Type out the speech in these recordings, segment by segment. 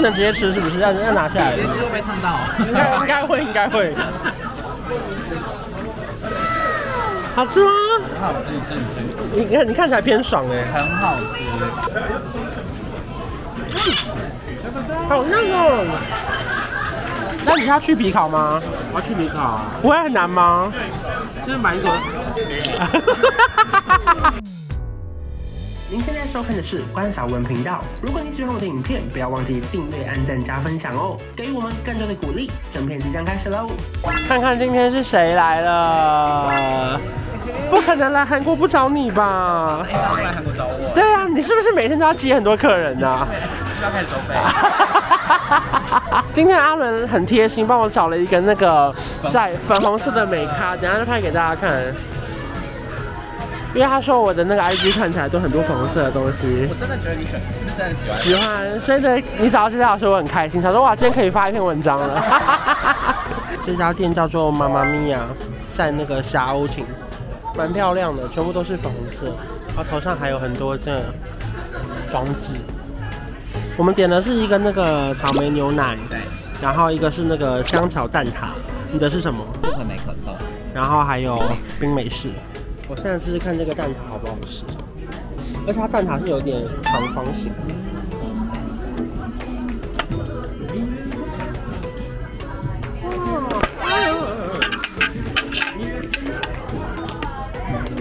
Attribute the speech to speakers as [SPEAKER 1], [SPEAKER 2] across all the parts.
[SPEAKER 1] 能直接吃，是不是？要要拿下来。
[SPEAKER 2] 别吃会被烫
[SPEAKER 1] 应该应
[SPEAKER 2] 到。
[SPEAKER 1] 该会，应该会。好吃吗？
[SPEAKER 2] 很好吃，是不
[SPEAKER 1] 你看你看起来偏爽哎，
[SPEAKER 2] 是？很好吃，
[SPEAKER 1] 好嫩哦。那你要去皮烤吗？
[SPEAKER 3] 我要去米烤，
[SPEAKER 1] 不会很难吗？
[SPEAKER 3] 就是买一 种
[SPEAKER 1] 您现在收看的是关少文频道。如果你喜欢我的影片，不要忘记订阅、按赞、加分享哦，给予我们更多的鼓励。整片即将开始喽，看看今天是谁来了？不可能来韩国不找你吧？
[SPEAKER 2] 哎，他们来韩国找我，
[SPEAKER 1] 对啊，你是不是每天都要接很多客人啊呢、
[SPEAKER 2] 就要开始收费。
[SPEAKER 1] 今天阿伦很贴心，帮我找了一个那个在粉红色的美咖，等一下就拍给大家看。因为他说我的那个 IG 看起来都很多粉红色的东西，
[SPEAKER 2] 我真的觉得你选，是不是真的喜欢？
[SPEAKER 1] 喜欢，所以呢，你找到这家的时候我很开心，想说哇，今天可以发一篇文章了。 这家店叫做妈妈咪呀，在那个霞欧亭，蛮漂亮的，全部都是粉红色，然后头上还有很多这个装置。我们点的是一个那个草莓牛奶，
[SPEAKER 2] 对，
[SPEAKER 1] 然后一个是那个香草蛋挞，你的是什么？
[SPEAKER 2] 不可没可颂。
[SPEAKER 1] 然后还有冰美式。我现在试试看这个蛋挞好不好吃，而且它蛋挞是有点长方形。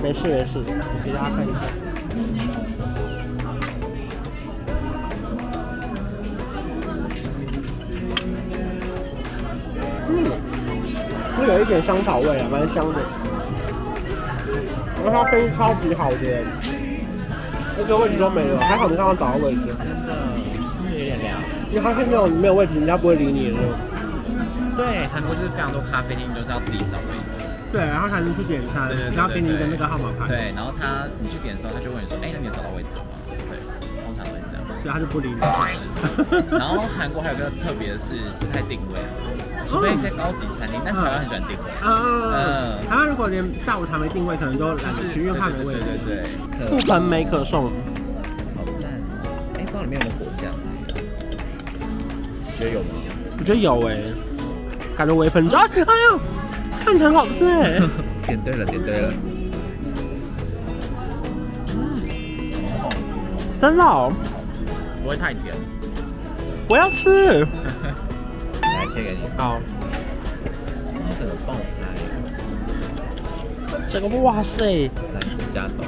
[SPEAKER 1] 没事没事，给大家看一下。会有一点香草味啊，蛮香的。然后它生意超级好的，那个位置都没有，还好你刚刚找到位置。
[SPEAKER 2] 有点凉。
[SPEAKER 1] 你发现那种没有位置，人家不会理你的那种。
[SPEAKER 2] 对，韩国就是非常多咖啡厅都是要自己找位置。
[SPEAKER 1] 对，然后才能去点餐
[SPEAKER 2] 对对对
[SPEAKER 1] 然后给你一个那个号码牌，
[SPEAKER 2] 对，然后他你去点的时候，他就问你说，哎，那你有找到位置了吗？对，通常都会这样。
[SPEAKER 1] 对，他就不理你。
[SPEAKER 2] 是 然后韩国还有个特别的是不太定位，除非一些高级餐厅，但台湾很喜欢定位。
[SPEAKER 1] 嗯，
[SPEAKER 2] 嗯
[SPEAKER 1] 台湾如果连下午茶没定位，可能都懒得去，因为怕没位置。
[SPEAKER 2] 对对对
[SPEAKER 1] 不
[SPEAKER 2] 对，
[SPEAKER 1] 盆梅可颂，
[SPEAKER 2] 好赞！哎，不知道里面有没有果酱？觉得有吗？
[SPEAKER 1] 我觉得有哎、感觉微喷啊，哎呦，看起来很好吃哎、
[SPEAKER 2] 点对了，点对了。
[SPEAKER 1] 真的、哦，
[SPEAKER 2] 不会太甜。
[SPEAKER 1] 我要吃。
[SPEAKER 2] 来切给你，
[SPEAKER 1] 好，
[SPEAKER 2] 那整个爆开，
[SPEAKER 1] 这个哇塞，
[SPEAKER 2] 来你家走。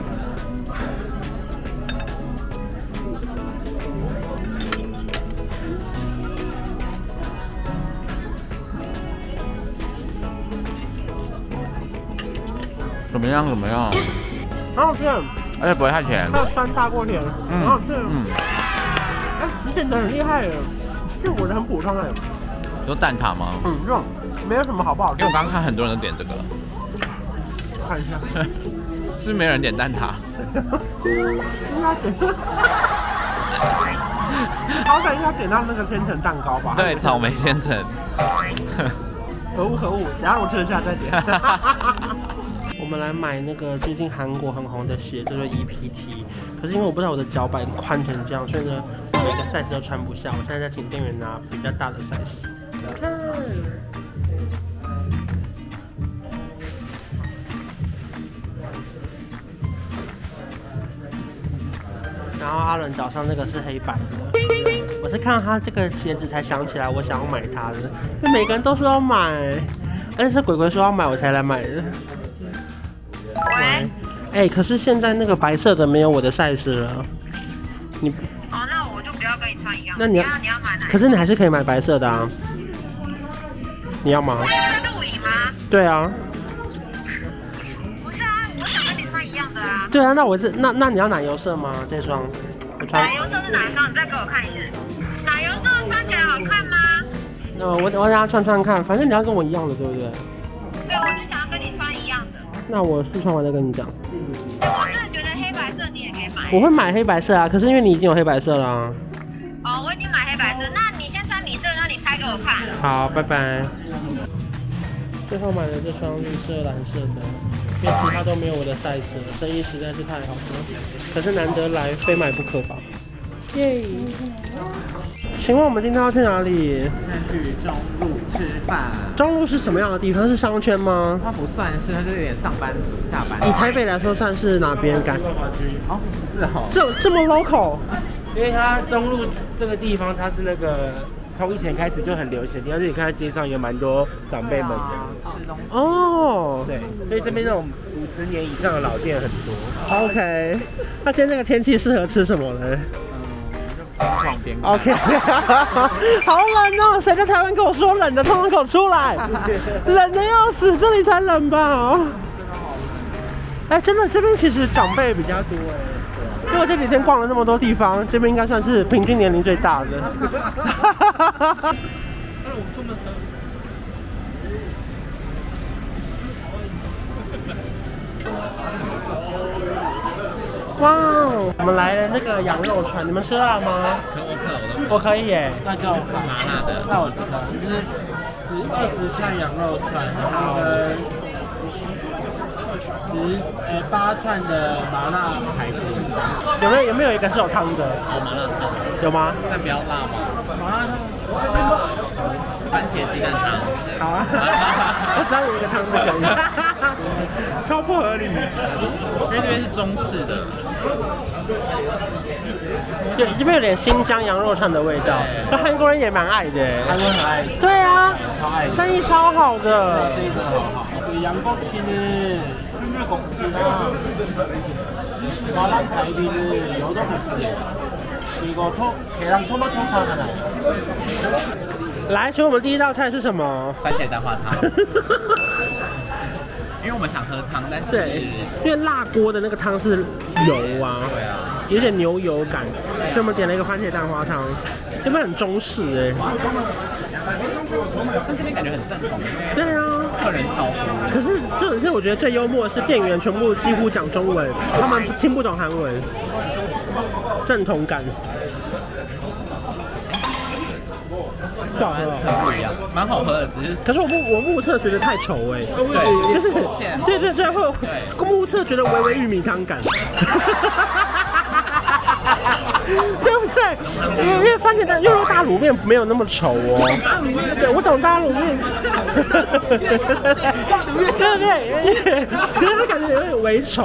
[SPEAKER 3] 怎么样？怎么样？
[SPEAKER 1] 好好吃，
[SPEAKER 3] 而且不会太甜。
[SPEAKER 1] 还有酸大过甜，很好吃。
[SPEAKER 3] 嗯，
[SPEAKER 1] 哎，你点的很厉害耶，因为我的很普通哎，
[SPEAKER 3] 有蛋挞吗？
[SPEAKER 1] 嗯，这种没有什么好不好
[SPEAKER 3] 因
[SPEAKER 1] 吃
[SPEAKER 3] 为我。刚刚看很多人都点这个了，
[SPEAKER 1] 看一下，
[SPEAKER 3] 是没人点蛋挞。
[SPEAKER 1] 应该点。 好歹要点到那个千层蛋糕吧？
[SPEAKER 3] 对，草莓千层。
[SPEAKER 1] 可恶可恶，等下我吃一下再点。 我们来买那个最近韩国很红的鞋，叫做 EPT。可是因为我不知道我的脚板宽成这样，所以呢，每个 size 都穿不下。我现在在请店员拿比较大的 size。看，然后阿伦早上那个是黑白的，我是看到他这个鞋子才想起来我想要买它的，因为每个人都说要买，而且是鬼鬼说要买我才来买的。喂，哎、可是现在那个白色的没有我的 size 了，你
[SPEAKER 4] 哦，那我就不要跟你穿一样。
[SPEAKER 1] 那你要
[SPEAKER 4] 要你要买哪一
[SPEAKER 1] 可是你还是可以买白色的啊，你要吗？
[SPEAKER 4] 个？露营吗？
[SPEAKER 1] 对啊，
[SPEAKER 4] 不是啊，我想跟你穿一样的啊。
[SPEAKER 1] 对啊，那我是那那你要奶油色吗？这双我穿
[SPEAKER 4] 奶，油色是哪一双？你再给我看一次。奶油色穿起来好看吗？
[SPEAKER 1] 那、我我让他穿穿看，反正你要跟我一样的，对不对？
[SPEAKER 4] 对，我就想要跟你穿一样的。
[SPEAKER 1] 那我试穿完再跟你讲。
[SPEAKER 4] 我真的觉得黑白色你也可以买。
[SPEAKER 1] 我会买黑白色啊，可是因为你已经有黑白色了、啊。
[SPEAKER 4] 哦，我已经买黑白色，那你先穿米色，然后你拍给我看。
[SPEAKER 1] 好，拜拜。最后买了这双绿色、蓝色的，因为其他都没有我的 size 了，生意实在是太好了。可是难得来，非买不可吧？耶！请问我们今天要去哪里？
[SPEAKER 5] 那去中路吃饭，
[SPEAKER 1] 中路是什么样的地方？是商圈吗？
[SPEAKER 5] 它不算是，它就是有点上班族下班。
[SPEAKER 1] 以
[SPEAKER 3] 哦
[SPEAKER 1] 台北来说，算是哪边感？
[SPEAKER 5] 哦，是哦，
[SPEAKER 1] 这这么 local，
[SPEAKER 6] 因为它中路这个地方，它是那个从以前开始就很流行，而且你看它街上也蛮多长辈们的，
[SPEAKER 5] 吃东西。
[SPEAKER 1] 哦、
[SPEAKER 6] 对，所以这边那种五十年以上的老店很多。
[SPEAKER 1] o k 那今天这个天气适合吃什么呢
[SPEAKER 5] 嗯旁边
[SPEAKER 1] OK，好冷哦！谁在台湾跟我说冷的，通通给我 出来！冷的要死，这里才冷吧？哦，哎，真的，这边其实长辈比较多哎，因为我这几天逛了那么多地方，这边应该算是平均年龄最大的。 哇哦！我们来了那个羊肉串，你们吃辣吗？
[SPEAKER 2] 可我可我都
[SPEAKER 1] 我可以耶。
[SPEAKER 6] 那就
[SPEAKER 2] 麻辣的，
[SPEAKER 6] 那我知道，就是十二十串羊肉串，然后跟十呃八串的麻辣排骨，
[SPEAKER 1] 有没有有没有一个是有汤的？
[SPEAKER 2] 好麻辣烫，
[SPEAKER 1] 有吗？
[SPEAKER 2] 但不要辣嘛。
[SPEAKER 6] 麻辣烫
[SPEAKER 2] 番茄鸡蛋汤，
[SPEAKER 1] 好 啊， 我只要有一个汤就可以， 超不合理。
[SPEAKER 2] 因为这边是中式的，
[SPEAKER 1] 有这边有点新疆羊肉串的味道，那韩国人也蛮爱的耶。
[SPEAKER 6] 韩国很爱，
[SPEAKER 1] 对啊，
[SPEAKER 6] 超爱的。
[SPEAKER 1] 生意超好的。
[SPEAKER 6] 生意真的很好。양꼬치는순대꼬치랑마랑갈비는여덟꼬치 그리고 토, 계란 토마토 파가 나.
[SPEAKER 1] 来，请问我们第一道菜是什 么？
[SPEAKER 2] 番茄蛋花 汤，因为我们想喝汤，但是
[SPEAKER 1] 对，因为辣锅的那个汤是油啊，
[SPEAKER 2] 对啊，
[SPEAKER 1] 有点牛油感，
[SPEAKER 6] 啊
[SPEAKER 1] 所以我们点了一个番茄蛋花汤，这边很中式欸
[SPEAKER 2] 但这边感觉很正统，因
[SPEAKER 1] 哎。
[SPEAKER 2] 为
[SPEAKER 1] 对啊。
[SPEAKER 2] 客人超多，
[SPEAKER 1] 可是这种是我觉得最幽默的是，店员全部几乎讲中文，他们听不懂韩文，正统感。不好喝哦，
[SPEAKER 2] 很不一样，蛮好喝的，只是
[SPEAKER 1] 可是我目我目测觉得太稠哎、
[SPEAKER 2] 对
[SPEAKER 1] 就是
[SPEAKER 2] 浅
[SPEAKER 1] 对对对，会有
[SPEAKER 2] 对
[SPEAKER 1] 目测觉得微微玉米汤感， 对不对？因为因为番茄蛋，因为大卤面没有那么稠哦。对，我懂大卤面。对对对，可是它感觉有点微稠。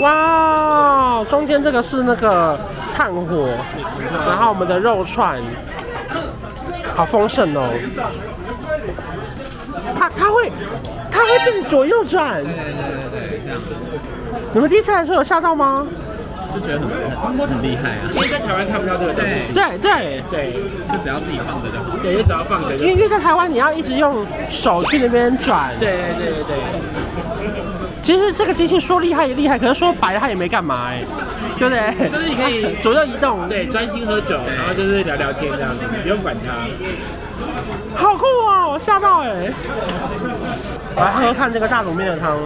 [SPEAKER 1] 哇，中间这个是那个炭火，然后我们的肉串，好丰盛哦。它它会它会自己左右转。对对对对，你们第一次来的时候有吓到吗？
[SPEAKER 2] 就觉得很很很厉害啊。
[SPEAKER 6] 因为在台湾看不到这个东西，
[SPEAKER 1] 对对，
[SPEAKER 6] 对，
[SPEAKER 2] 就只要自己放着就好。
[SPEAKER 6] 对，就只要放着就
[SPEAKER 1] 因。为因为在台湾你要一直用手去那边转。
[SPEAKER 6] 对对对对对，
[SPEAKER 1] 其实这个机器说厉害也厉害，可是说白了它也没干嘛哎、对不对？
[SPEAKER 6] 就是你可以
[SPEAKER 1] 左右移动，
[SPEAKER 6] 对专心喝酒，然后就是聊聊天这样子，不用管它。
[SPEAKER 1] 好酷哦，我吓到哎、我来喝喝看这个大卤面的汤。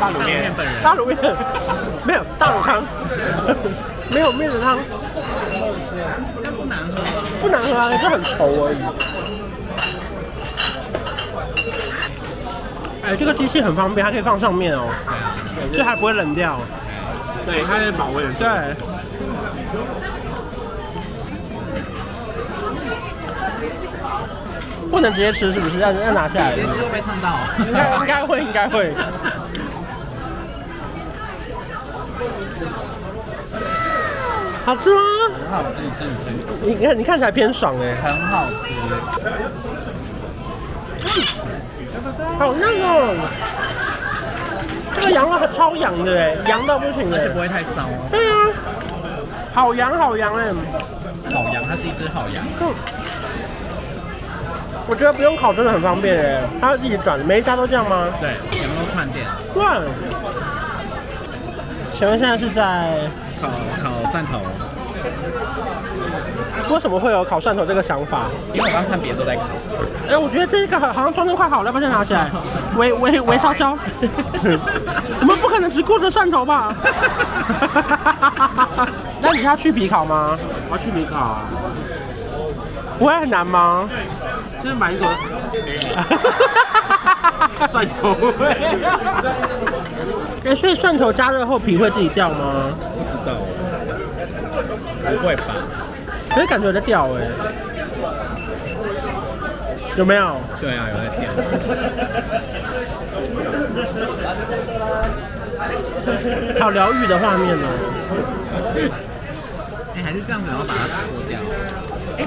[SPEAKER 6] 大卤面，
[SPEAKER 2] 本人
[SPEAKER 1] 大卤面没有大卤汤，没有面的汤，不难喝，不难喝啊，就很稠而已。哎，这个机器很方便，它可以放上面哦，就还不会冷掉。
[SPEAKER 6] 对，它在保温。
[SPEAKER 1] 对。不能直接吃是不是？要要拿下来。
[SPEAKER 2] 其实都被烫到，
[SPEAKER 1] 应该应该会应该会。好吃吗？
[SPEAKER 2] 很好吃，是不是？
[SPEAKER 1] 你看你看起来偏爽哎，
[SPEAKER 2] 很好吃，
[SPEAKER 1] 好嫩哦！这个羊肉很超羊的哎，羊到不行
[SPEAKER 2] 而且
[SPEAKER 1] 哎
[SPEAKER 2] 不。会太骚哦。
[SPEAKER 1] 对啊，好羊好羊哎，
[SPEAKER 2] 好羊，它是一只好羊，
[SPEAKER 1] 我觉得不用烤真的很方便哎，它会自己转，每一家都这样吗？
[SPEAKER 2] 对，羊肉串店，
[SPEAKER 1] 哇！请问现在是在
[SPEAKER 2] 烤烤蒜头，
[SPEAKER 1] 为什么会有烤蒜头这个想法？
[SPEAKER 2] 因为我刚看别的都在烤，
[SPEAKER 1] 哎、我觉得这个好好像装的快好了，要不要再拿起 来？围围围烧 焦，我们不可能只顾着蒜头吧？ 那你要去皮烤吗？
[SPEAKER 6] 我要去米烤啊，
[SPEAKER 1] 不会很难吗？
[SPEAKER 6] 就是买一种给你。
[SPEAKER 5] 蒜头味，
[SPEAKER 1] 哎、所以蒜头加热后皮会自己掉吗？
[SPEAKER 2] 不会吧？
[SPEAKER 1] 可是感觉有在掉哎、有没有？
[SPEAKER 2] 对啊，有在点。
[SPEAKER 1] 好疗愈的画面 哦、
[SPEAKER 2] 哎，还是这样子，然后把它脱掉。哎，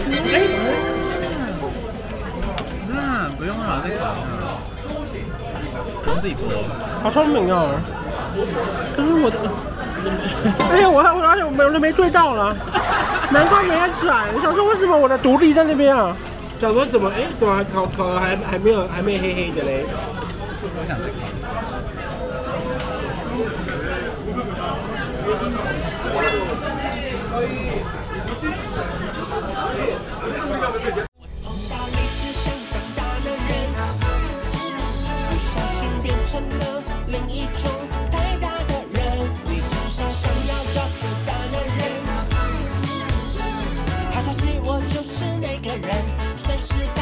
[SPEAKER 2] 那不用了，啊这个。
[SPEAKER 1] 好聪明哦、可是我的， 哎呀，我还我而且我没我都没对到了，难怪没人转。我想说为什么我的独立在那边啊？
[SPEAKER 6] 想说怎么哎、怎么烤烤了还还没有还没黑黑的嘞？
[SPEAKER 7] 从小立志想当大男人，不小心变成了另一种太大的人。你从小想要找个大男人，好消息我就是那个人，随时打